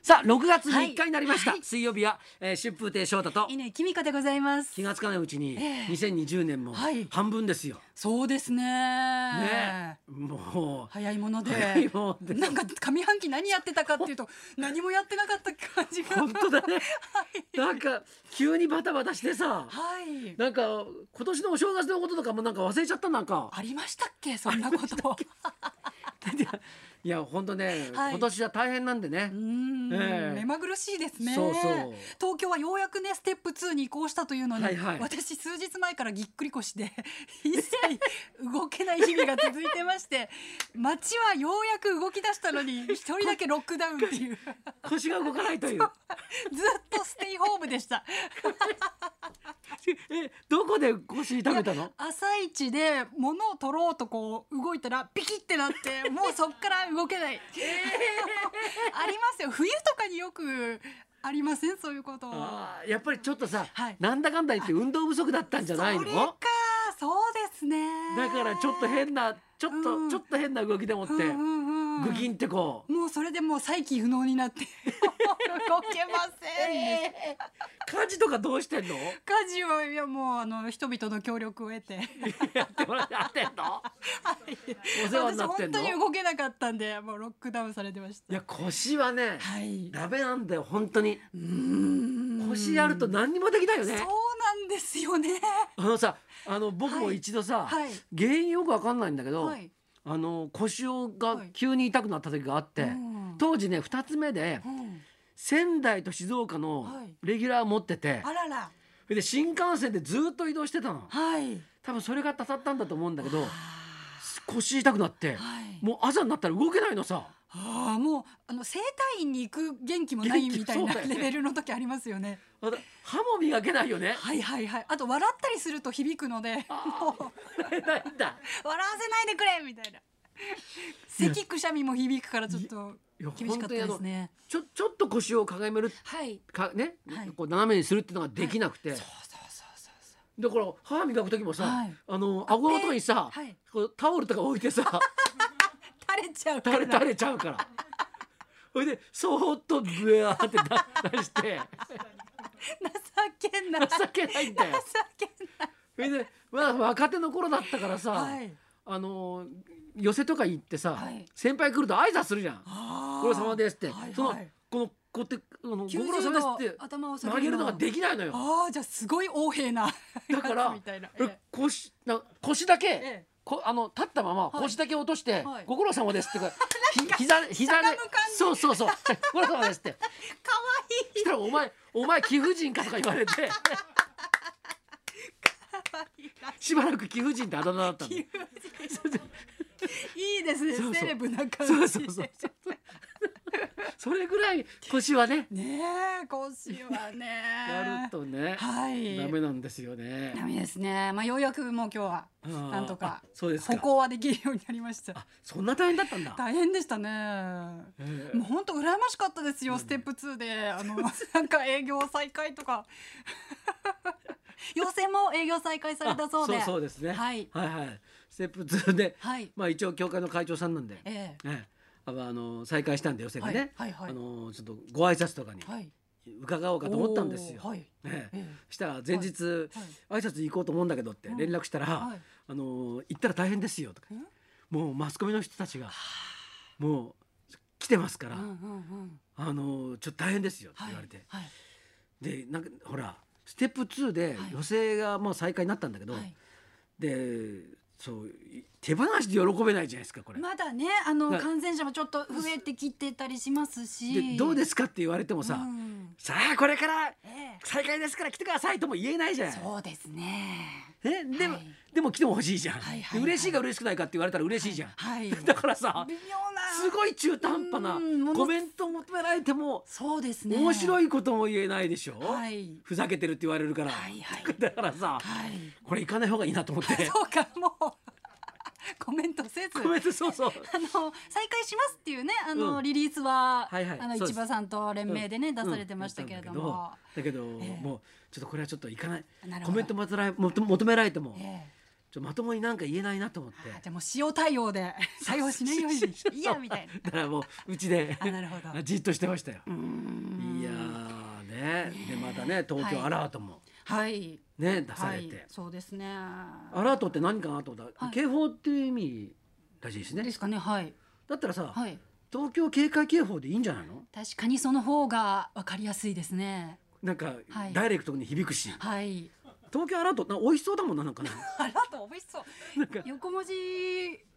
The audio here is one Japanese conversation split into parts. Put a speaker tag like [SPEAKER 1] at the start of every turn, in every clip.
[SPEAKER 1] さあ6月3日
[SPEAKER 2] はい
[SPEAKER 1] になりました、
[SPEAKER 2] はい
[SPEAKER 1] 水曜日は、えー、春風亭昇太と
[SPEAKER 2] 犬きみかでございます
[SPEAKER 1] 気。がつかないうちに
[SPEAKER 2] ええ
[SPEAKER 1] 2020年も
[SPEAKER 2] はい
[SPEAKER 1] 半分ですよ、
[SPEAKER 2] そうですね。
[SPEAKER 1] ねもう
[SPEAKER 2] 早いもので。
[SPEAKER 1] 早いもんで
[SPEAKER 2] なんか上半期何やってたかっていうと、 何もやってなかった感じが。
[SPEAKER 1] 本当だねなんか急にバタバタしてさ
[SPEAKER 2] はい。
[SPEAKER 1] なんか今年のお正月のこととかもなんか忘れちゃったなんか
[SPEAKER 2] ありましたっけ、そんなこと。
[SPEAKER 1] いやいや本当ね、
[SPEAKER 2] はい
[SPEAKER 1] 今年は大変なんでね
[SPEAKER 2] うー、ん、
[SPEAKER 1] ええ
[SPEAKER 2] 目まぐるしいですね。
[SPEAKER 1] そうそう
[SPEAKER 2] 東京はようやくね、ステップ2に移行したというのに、
[SPEAKER 1] はいはい
[SPEAKER 2] 私数日前からぎっくり腰で。 一切動けない日々が続いてまして、街はようやく動き出したのに、一人だけロックダウンっていう。
[SPEAKER 1] 腰が動かないという
[SPEAKER 2] ずっとステイホームでした。
[SPEAKER 1] えどこで腰痛めたの
[SPEAKER 2] 朝一で物を取ろうとこう動いたらピキってなって、もうそっから動けない。ありますよ。冬とかによくありませんそういうこと。
[SPEAKER 1] あーやっぱりちょっとさ、
[SPEAKER 2] はい
[SPEAKER 1] なんだかんだ言って運動不足だったんじゃない
[SPEAKER 2] それか
[SPEAKER 1] の、
[SPEAKER 2] そうですね。
[SPEAKER 1] だからちょっと変なちょっと、
[SPEAKER 2] うん
[SPEAKER 1] ちょっと変な動きでもって、
[SPEAKER 2] うんうんうん
[SPEAKER 1] グギンってこう
[SPEAKER 2] もうそれでもう再起不能に なって動けませんでした。
[SPEAKER 1] 家事とかどうしてんの
[SPEAKER 2] 家事はいやもうあの人々の協力を得て。
[SPEAKER 1] やってもらってやってんのお世話に
[SPEAKER 2] 私
[SPEAKER 1] なってん
[SPEAKER 2] 本
[SPEAKER 1] の
[SPEAKER 2] 当に
[SPEAKER 1] い
[SPEAKER 2] 動けなかったんで、もうロックダウンされてました。
[SPEAKER 1] や腰はね
[SPEAKER 2] はい。
[SPEAKER 1] ダメなんだよ本当に腰
[SPEAKER 2] 腰
[SPEAKER 1] やると何にもできないよ
[SPEAKER 2] そう
[SPEAKER 1] ね
[SPEAKER 2] なんですよね。
[SPEAKER 1] あのさあの僕も
[SPEAKER 2] はい
[SPEAKER 1] 一度さ、
[SPEAKER 2] はい
[SPEAKER 1] 原因よくわかんないんだけど、
[SPEAKER 2] はい
[SPEAKER 1] あの腰をが
[SPEAKER 2] はい
[SPEAKER 1] 急に痛くなった時があって、
[SPEAKER 2] うん
[SPEAKER 1] 当時ね2つ目で、
[SPEAKER 2] うん
[SPEAKER 1] 仙台と静岡の
[SPEAKER 2] はい
[SPEAKER 1] レギュラー持ってて、
[SPEAKER 2] あらら。
[SPEAKER 1] それで新幹線でずっと移動してたの
[SPEAKER 2] はい。
[SPEAKER 1] 多分それがたたったんだと思うんだけど
[SPEAKER 2] あ
[SPEAKER 1] 腰痛くなって、
[SPEAKER 2] ーはい。
[SPEAKER 1] もう朝になったら動けないのさ
[SPEAKER 2] ああもうあの整体院に行く元気もないみたいな
[SPEAKER 1] 元気そうだよね
[SPEAKER 2] レベルの時ありますよね。
[SPEAKER 1] また歯も磨けないよね
[SPEAKER 2] はいはいはい。あと笑ったりすると響くので、もう
[SPEAKER 1] 笑えないんだ
[SPEAKER 2] 笑わせないでくれみたいな。咳くしゃみも響くからちょっと
[SPEAKER 1] いや
[SPEAKER 2] 厳しかったですね。
[SPEAKER 1] ちょちょっと腰をかがめる
[SPEAKER 2] はい。
[SPEAKER 1] かね、
[SPEAKER 2] はい
[SPEAKER 1] こう斜めにするっていうのができなくて、
[SPEAKER 2] そうそうそうそうそう。
[SPEAKER 1] だから歯磨く時もさ、
[SPEAKER 2] はい
[SPEAKER 1] あの顎のとこにさ、
[SPEAKER 2] はい
[SPEAKER 1] こうタオルとか置いてさ
[SPEAKER 2] 垂れちゃうか
[SPEAKER 1] 垂れ
[SPEAKER 2] ら。
[SPEAKER 1] 垂れちゃうから。それでそーっとブワーって出出 して
[SPEAKER 2] 情けない。
[SPEAKER 1] 情けないんだよ。
[SPEAKER 2] 情けない。
[SPEAKER 1] それで、まあ、若手の頃だったからさ、
[SPEAKER 2] はい。
[SPEAKER 1] あの寄せとか行ってさ、
[SPEAKER 2] はい
[SPEAKER 1] 先輩来ると挨拶するじゃん「
[SPEAKER 2] あ
[SPEAKER 1] ご苦労様です」って、
[SPEAKER 2] はいはい
[SPEAKER 1] そのこのこうやってあの「ご苦労様です」って
[SPEAKER 2] 頭を下
[SPEAKER 1] 投げるのがで
[SPEAKER 2] き
[SPEAKER 1] きないのよ
[SPEAKER 2] ああじゃあすごい横柄な
[SPEAKER 1] だか
[SPEAKER 2] やつ
[SPEAKER 1] ら
[SPEAKER 2] みたいな、
[SPEAKER 1] え腰な腰だけ、
[SPEAKER 2] え
[SPEAKER 1] こあの立ったまま
[SPEAKER 2] い
[SPEAKER 1] 腰だけ落として「
[SPEAKER 2] はい
[SPEAKER 1] ご苦労様 です」ってかひ膝で膝で
[SPEAKER 2] しゃがむ感じ
[SPEAKER 1] そうそうそう「ご苦労様です」って
[SPEAKER 2] えかわい
[SPEAKER 1] そしたら「お前お前貴婦人か」とか言われて
[SPEAKER 2] いかわ
[SPEAKER 1] しばらく貴婦人ってあだ名だったの
[SPEAKER 2] いいいいですね
[SPEAKER 1] そうそう
[SPEAKER 2] セレブな感じ
[SPEAKER 1] そうそうそうそれぐらい腰はね
[SPEAKER 2] ねえ腰はね
[SPEAKER 1] やるとね、
[SPEAKER 2] はい
[SPEAKER 1] ダメなんですよね。
[SPEAKER 2] ダメですねまあようやくもう今日は
[SPEAKER 1] あー
[SPEAKER 2] なんとか
[SPEAKER 1] あそうですか
[SPEAKER 2] 歩行はできるようになりました
[SPEAKER 1] あそんな大変だったんだ。
[SPEAKER 2] 大変でしたね
[SPEAKER 1] えー
[SPEAKER 2] もう本当羨ましかったですよ、ステップ2であのなんか営業再開とか 要請も営業再開されたそうで
[SPEAKER 1] そうそうですね。
[SPEAKER 2] はい
[SPEAKER 1] はいはいステップ2で、
[SPEAKER 2] はい
[SPEAKER 1] まあ一応教会の会長さんなんで、え
[SPEAKER 2] え
[SPEAKER 1] えあのあの再会したんで寄せでね、
[SPEAKER 2] はいはいはい
[SPEAKER 1] あのちょっとご挨拶とかに
[SPEAKER 2] えはい
[SPEAKER 1] 伺おうかと思ったんですよ。
[SPEAKER 2] おーはい
[SPEAKER 1] ええ
[SPEAKER 2] え
[SPEAKER 1] したら前日、挨拶行こうと思うんだけどって連絡したら、
[SPEAKER 2] はい
[SPEAKER 1] あの行ったら大変ですよとか
[SPEAKER 2] え、うん
[SPEAKER 1] もうマスコミの人たちがもう来てますから、
[SPEAKER 2] うんうんうん
[SPEAKER 1] あのちょっと大変ですよって
[SPEAKER 2] はい
[SPEAKER 1] 言われて、
[SPEAKER 2] はい
[SPEAKER 1] でなんかほらステップ2で
[SPEAKER 2] はい
[SPEAKER 1] 予選がもう再開になったんだけど、
[SPEAKER 2] はい
[SPEAKER 1] でそうい手放しで喜べないじゃないですかこれ。
[SPEAKER 2] まだねあの
[SPEAKER 1] だ
[SPEAKER 2] 感染者もちょっと増えてきてたりしますし
[SPEAKER 1] でどうですすかって言われてもさ、
[SPEAKER 2] うん
[SPEAKER 1] さあこれから
[SPEAKER 2] ええ
[SPEAKER 1] 再開ですから来てくださいとも言えないじゃない。
[SPEAKER 2] そうですね
[SPEAKER 1] ね、でも、
[SPEAKER 2] はい
[SPEAKER 1] でも来ても欲しいじゃん、
[SPEAKER 2] はいはい
[SPEAKER 1] で嬉しいか嬉しくないかって言われたら嬉しいじゃん。
[SPEAKER 2] はい
[SPEAKER 1] だからさ
[SPEAKER 2] 微妙な
[SPEAKER 1] すごい中途半端な
[SPEAKER 2] うんもの
[SPEAKER 1] コメントを求められても
[SPEAKER 2] そうですね
[SPEAKER 1] 面白
[SPEAKER 2] い
[SPEAKER 1] いことも言えないでしょ、
[SPEAKER 2] はい
[SPEAKER 1] ふざけてるって言われるから、
[SPEAKER 2] はいはい
[SPEAKER 1] だからさ
[SPEAKER 2] はい
[SPEAKER 1] これ行かない方がいいなと思って
[SPEAKER 2] そうかもうコメントせず
[SPEAKER 1] ごめんそうそう
[SPEAKER 2] あの再開しますっていうねあの、
[SPEAKER 1] うん
[SPEAKER 2] リリースは、
[SPEAKER 1] はいはい
[SPEAKER 2] あの
[SPEAKER 1] そうで
[SPEAKER 2] 市
[SPEAKER 1] す
[SPEAKER 2] 場さんと連名でね、出
[SPEAKER 1] うん
[SPEAKER 2] されてましたけれども、
[SPEAKER 1] だけどだけど
[SPEAKER 2] ええ
[SPEAKER 1] もうちょっとこれはちょっと行かない
[SPEAKER 2] なるほど
[SPEAKER 1] コメント求められ求められても
[SPEAKER 2] ええ
[SPEAKER 1] ちょまともになんか言えないなと思って
[SPEAKER 2] あじゃあもう塩対応で対応しな いようにいいやみたいな
[SPEAKER 1] だからもううちで
[SPEAKER 2] あなるほ ど
[SPEAKER 1] じっとしてましたよ。
[SPEAKER 2] うーん
[SPEAKER 1] いやーねでまたね東
[SPEAKER 2] は
[SPEAKER 1] 京
[SPEAKER 2] い
[SPEAKER 1] アラートも
[SPEAKER 2] はい
[SPEAKER 1] ね出さ
[SPEAKER 2] は
[SPEAKER 1] れ
[SPEAKER 2] い
[SPEAKER 1] て、
[SPEAKER 2] そうですね
[SPEAKER 1] アラートって何かなと思ったら、
[SPEAKER 2] はい
[SPEAKER 1] 警報っていう意味らしいですね
[SPEAKER 2] ですかねはい
[SPEAKER 1] だったらさ、
[SPEAKER 2] はい
[SPEAKER 1] 東京警戒警報でいいんじゃないの
[SPEAKER 2] 確かにその方がわかりやすいですね
[SPEAKER 1] なんか、
[SPEAKER 2] はい
[SPEAKER 1] ダイレクトに響くし
[SPEAKER 2] はい
[SPEAKER 1] 東京アラートな美味しそうだもんななん かね
[SPEAKER 2] あらと美味しそう
[SPEAKER 1] なんか
[SPEAKER 2] 横文字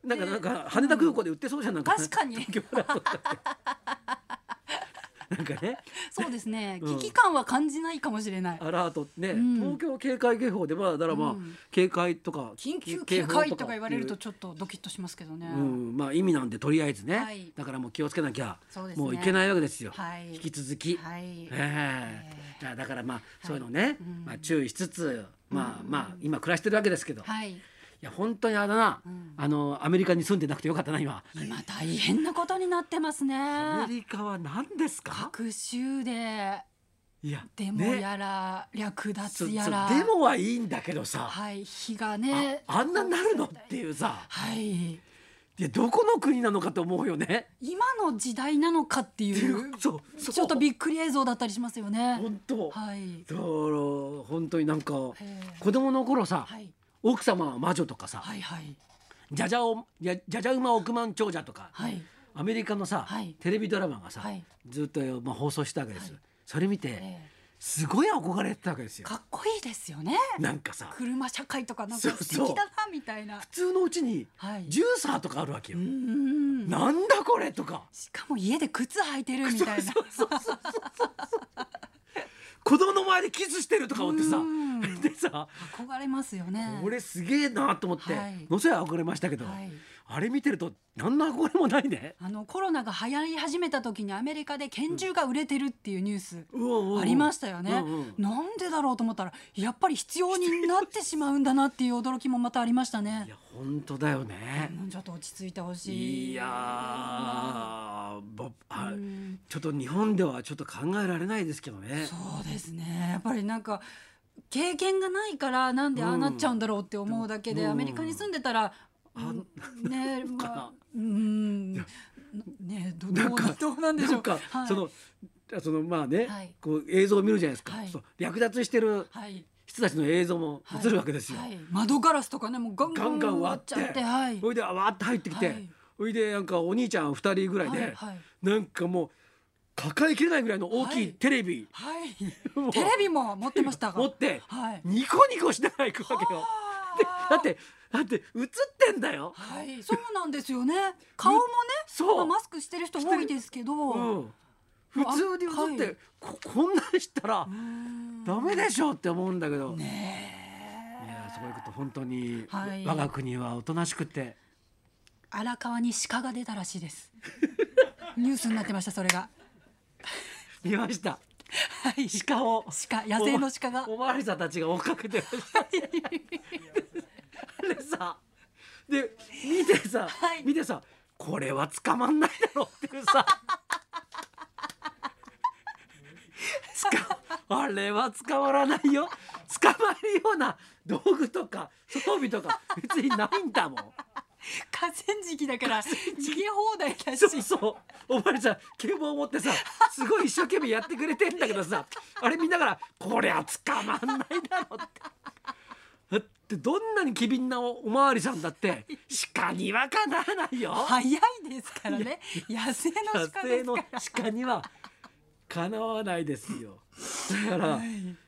[SPEAKER 1] なんかなんか羽田空港で売ってそうじゃんなんか
[SPEAKER 2] 確かに
[SPEAKER 1] 東京アラートって なんかね
[SPEAKER 2] そうですね、
[SPEAKER 1] うん
[SPEAKER 2] 危機感は感じないかもしれない
[SPEAKER 1] アラートね、
[SPEAKER 2] うん
[SPEAKER 1] 東京警戒警報でまあだからまあ、
[SPEAKER 2] うん
[SPEAKER 1] 警戒とか
[SPEAKER 2] 緊急警戒とか言われる
[SPEAKER 1] 警報っていう
[SPEAKER 2] とちょっとドキッとしますけどね、
[SPEAKER 1] うん、まあ意味なんでとりあえずね、
[SPEAKER 2] はい
[SPEAKER 1] だからもう気をつけなきゃ
[SPEAKER 2] そうですね
[SPEAKER 1] もういけないわけですよ、
[SPEAKER 2] はい
[SPEAKER 1] 引き続き、
[SPEAKER 2] はい、
[SPEAKER 1] ええじゃあだからまあ、そういうのね、
[SPEAKER 2] うん
[SPEAKER 1] まあ、注意しつつまあ
[SPEAKER 2] うん
[SPEAKER 1] まあ今暮らしてるわけですけど、い
[SPEAKER 2] はい
[SPEAKER 1] や本当にあれだな、
[SPEAKER 2] うん
[SPEAKER 1] あのアメリカに住んでなくてよかったな今
[SPEAKER 2] 今大変なことになってます
[SPEAKER 1] アメ
[SPEAKER 2] ね
[SPEAKER 1] リカは何ですか
[SPEAKER 2] 各州で
[SPEAKER 1] いや
[SPEAKER 2] デモやら、略
[SPEAKER 1] そ
[SPEAKER 2] 奪
[SPEAKER 1] そう
[SPEAKER 2] やら
[SPEAKER 1] デモはいいんだけどさ、
[SPEAKER 2] はい火が
[SPEAKER 1] あ
[SPEAKER 2] ね
[SPEAKER 1] あんなになるのっていうさ
[SPEAKER 2] はい
[SPEAKER 1] いやどこの国なのかと思うよね。
[SPEAKER 2] 今の時代なのかって
[SPEAKER 1] ってい
[SPEAKER 2] いう
[SPEAKER 1] うそうそう
[SPEAKER 2] ちょっとびっくり映像だったりしますよね
[SPEAKER 1] 本当、
[SPEAKER 2] はい
[SPEAKER 1] だから本当になんか
[SPEAKER 2] へえ
[SPEAKER 1] 子供の頃さ、
[SPEAKER 2] はい
[SPEAKER 1] 奥様は魔女とかさ、
[SPEAKER 2] はいはい
[SPEAKER 1] じゃじゃおじゃじゃじゃ馬億万長者とか、
[SPEAKER 2] はい
[SPEAKER 1] アメリカのさ、
[SPEAKER 2] はい
[SPEAKER 1] テレビドラマがさ、
[SPEAKER 2] はい
[SPEAKER 1] ずっとまあ放送したわけです、
[SPEAKER 2] はい
[SPEAKER 1] それ見て、
[SPEAKER 2] え
[SPEAKER 1] すごい憧れてたわけです
[SPEAKER 2] え
[SPEAKER 1] よ
[SPEAKER 2] かっこいいですよね
[SPEAKER 1] なんかさ普
[SPEAKER 2] 車社会とかなん
[SPEAKER 1] そ
[SPEAKER 2] か
[SPEAKER 1] うそう
[SPEAKER 2] 素敵だなみたいな
[SPEAKER 1] 通のうちに
[SPEAKER 2] はい
[SPEAKER 1] ジューサーとかあるわけよ、
[SPEAKER 2] うーん
[SPEAKER 1] なんだこれとか
[SPEAKER 2] しかも家で靴履いてるみたいな
[SPEAKER 1] そうそうそうそう子供の前でキスしてるとか思ってさ
[SPEAKER 2] うーん
[SPEAKER 1] でさ
[SPEAKER 2] 憧れますよね
[SPEAKER 1] 俺すげえなと思って、
[SPEAKER 2] はい
[SPEAKER 1] のせは憧れましたけど、
[SPEAKER 2] はい
[SPEAKER 1] あれ見てると何の憧れもないね。
[SPEAKER 2] あのコロナが流行り始めた時にアメリカで拳銃が売れてるっていうニュースありましたよね、
[SPEAKER 1] うんうん
[SPEAKER 2] なんでだろうと思ったらやっぱり必要になってしまうんだなっていう驚きもまたありました
[SPEAKER 1] い
[SPEAKER 2] ね
[SPEAKER 1] や本当だよね。
[SPEAKER 2] うんちょっと落ち着いてほしい
[SPEAKER 1] いやーぼあ
[SPEAKER 2] うん
[SPEAKER 1] ちょっと日本ではちょっと考えられないですけどね。
[SPEAKER 2] そうですねやっぱりなんか経験がないからなんでああなっちゃうんだろうって思うだけで、
[SPEAKER 1] うん
[SPEAKER 2] アメリカに住んでたら、
[SPEAKER 1] あ
[SPEAKER 2] うんね
[SPEAKER 1] かな
[SPEAKER 2] まあうんねどど
[SPEAKER 1] なん
[SPEAKER 2] う
[SPEAKER 1] か
[SPEAKER 2] どうなんでし
[SPEAKER 1] な
[SPEAKER 2] ょ
[SPEAKER 1] ん
[SPEAKER 2] うか
[SPEAKER 1] か、そのそのまあね、
[SPEAKER 2] はい
[SPEAKER 1] こう映像を見るじゃないですか。
[SPEAKER 2] はい
[SPEAKER 1] そう略奪してる
[SPEAKER 2] はい
[SPEAKER 1] 人たちの映像も
[SPEAKER 2] はい
[SPEAKER 1] 映るわけですよ。
[SPEAKER 2] はい、窓ガラスとかねもうガンガ
[SPEAKER 1] ガン
[SPEAKER 2] ン
[SPEAKER 1] ガン
[SPEAKER 2] 割
[SPEAKER 1] 割
[SPEAKER 2] っ
[SPEAKER 1] っ
[SPEAKER 2] ちゃって
[SPEAKER 1] て、
[SPEAKER 2] はい
[SPEAKER 1] ほいでわーって入ってきて、
[SPEAKER 2] はい
[SPEAKER 1] ほいでなんかお兄ちゃん二人ぐらいで、
[SPEAKER 2] はいはい
[SPEAKER 1] なんかもう抱えきれないぐらいの大きい
[SPEAKER 2] はい
[SPEAKER 1] テレビ、
[SPEAKER 2] はい
[SPEAKER 1] もう
[SPEAKER 2] テレビも持ってましたが
[SPEAKER 1] 持って
[SPEAKER 2] はい
[SPEAKER 1] ニコニコしながら行くわけよ。でだってだって映ってんだよ。
[SPEAKER 2] はいそうなんですよね顔もね、
[SPEAKER 1] そう
[SPEAKER 2] まあ、マスクしてる人多いですけど、
[SPEAKER 1] うん、普通に映って、
[SPEAKER 2] はい
[SPEAKER 1] ここんなんしたら
[SPEAKER 2] うん
[SPEAKER 1] ダメでしょうって思うんだけど、
[SPEAKER 2] ねえ
[SPEAKER 1] いやそういうこと本当に、
[SPEAKER 2] はい
[SPEAKER 1] 我が国はおとなしくて
[SPEAKER 2] 荒川に鹿が出たらしいですニュースになってましたそれが
[SPEAKER 1] 見ました
[SPEAKER 2] はい
[SPEAKER 1] 鹿を
[SPEAKER 2] 鹿野生の鹿が
[SPEAKER 1] おおまわりさんたちが追っかけてましたあれさで見てさ、
[SPEAKER 2] はい
[SPEAKER 1] 見てさこれは捕まんないだろうっていうさ捕あれは捕まらないよ捕まるような道具とか装備とか別にないんだもん
[SPEAKER 2] 河川敷だから逃げ放題だし
[SPEAKER 1] そうそうおまわりさん警棒を持ってさすごい一生懸命やってくれてんだけどさあれ見ながらこりゃ捕まんないだろうって。だってどんなに機敏なおおまわりさんだって鹿にはかなわないよ。
[SPEAKER 2] 早いですからね野生の
[SPEAKER 1] 野
[SPEAKER 2] 鹿で
[SPEAKER 1] 生
[SPEAKER 2] すか
[SPEAKER 1] の鹿にはかなわないですよ。だから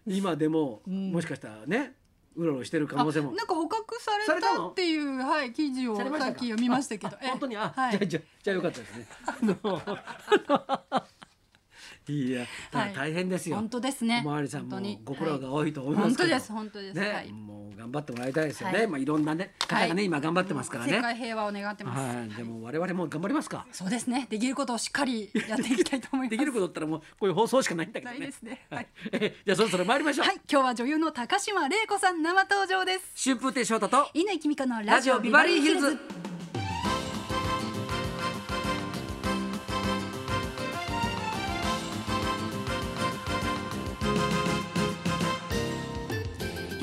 [SPEAKER 1] 今でも、
[SPEAKER 2] ん
[SPEAKER 1] もしかしたらねうろうろしてる可
[SPEAKER 2] ら
[SPEAKER 1] 能性も
[SPEAKER 2] あ。なんか捕獲さ
[SPEAKER 1] さ
[SPEAKER 2] れ
[SPEAKER 1] れた
[SPEAKER 2] た
[SPEAKER 1] の
[SPEAKER 2] っていうはい記事を
[SPEAKER 1] さ
[SPEAKER 2] さ
[SPEAKER 1] れましたか
[SPEAKER 2] っき読みましたけ
[SPEAKER 1] あ
[SPEAKER 2] ど
[SPEAKER 1] 本当にあ、
[SPEAKER 2] は
[SPEAKER 1] じ
[SPEAKER 2] い
[SPEAKER 1] ゃあじゃあじゃあよかったです ね。あの いや
[SPEAKER 2] はい
[SPEAKER 1] 大変ですよ。
[SPEAKER 2] 本当ですね
[SPEAKER 1] おまわりさんも
[SPEAKER 2] 本当に
[SPEAKER 1] ご苦労が多いと思い
[SPEAKER 2] は
[SPEAKER 1] ま
[SPEAKER 2] い
[SPEAKER 1] すけ
[SPEAKER 2] 本当
[SPEAKER 1] ど。
[SPEAKER 2] です本当ですは
[SPEAKER 1] ね
[SPEAKER 2] い、
[SPEAKER 1] もう頑張ってもらいたいですよね。
[SPEAKER 2] はい
[SPEAKER 1] まあいろんなね方が
[SPEAKER 2] は
[SPEAKER 1] ね
[SPEAKER 2] い
[SPEAKER 1] 今頑張ってますからね。
[SPEAKER 2] 世界平和を願ってます、
[SPEAKER 1] はい、でも我々も頑張りますか。
[SPEAKER 2] そうですねできることをしっかりやっていきたいと思います
[SPEAKER 1] できることだったらもうこういう放送しかないんだけど
[SPEAKER 2] な
[SPEAKER 1] ね。
[SPEAKER 2] いですね
[SPEAKER 1] はい、えじゃあそろそろ参りましょう。
[SPEAKER 2] はい、今日は女優の高島玲子さん生登場です。
[SPEAKER 1] 春風亭昇太と
[SPEAKER 2] 犬井君香の
[SPEAKER 1] ラ
[SPEAKER 2] ラ
[SPEAKER 1] ジ
[SPEAKER 2] ジ
[SPEAKER 1] オ
[SPEAKER 2] オ
[SPEAKER 1] ビ
[SPEAKER 2] ビ
[SPEAKER 1] バ
[SPEAKER 2] バ
[SPEAKER 1] リ
[SPEAKER 2] リ
[SPEAKER 1] ー
[SPEAKER 2] ー
[SPEAKER 1] ヒ
[SPEAKER 2] ヒ
[SPEAKER 1] ル
[SPEAKER 2] ル
[SPEAKER 1] ズ
[SPEAKER 2] ズ。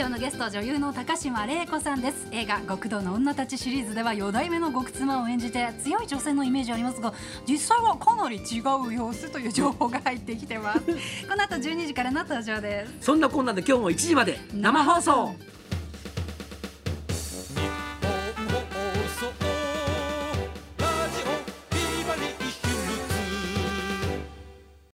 [SPEAKER 2] 今日のゲスト女優の高島玲子さんです映画極道の女たちシリーズでは4代目の極妻を演じて強い女性のイメージありますが実際はかなり違う様子という情報が入ってきてますこの後12時からの登場です
[SPEAKER 1] そんなこんなで今日も1時まで生放送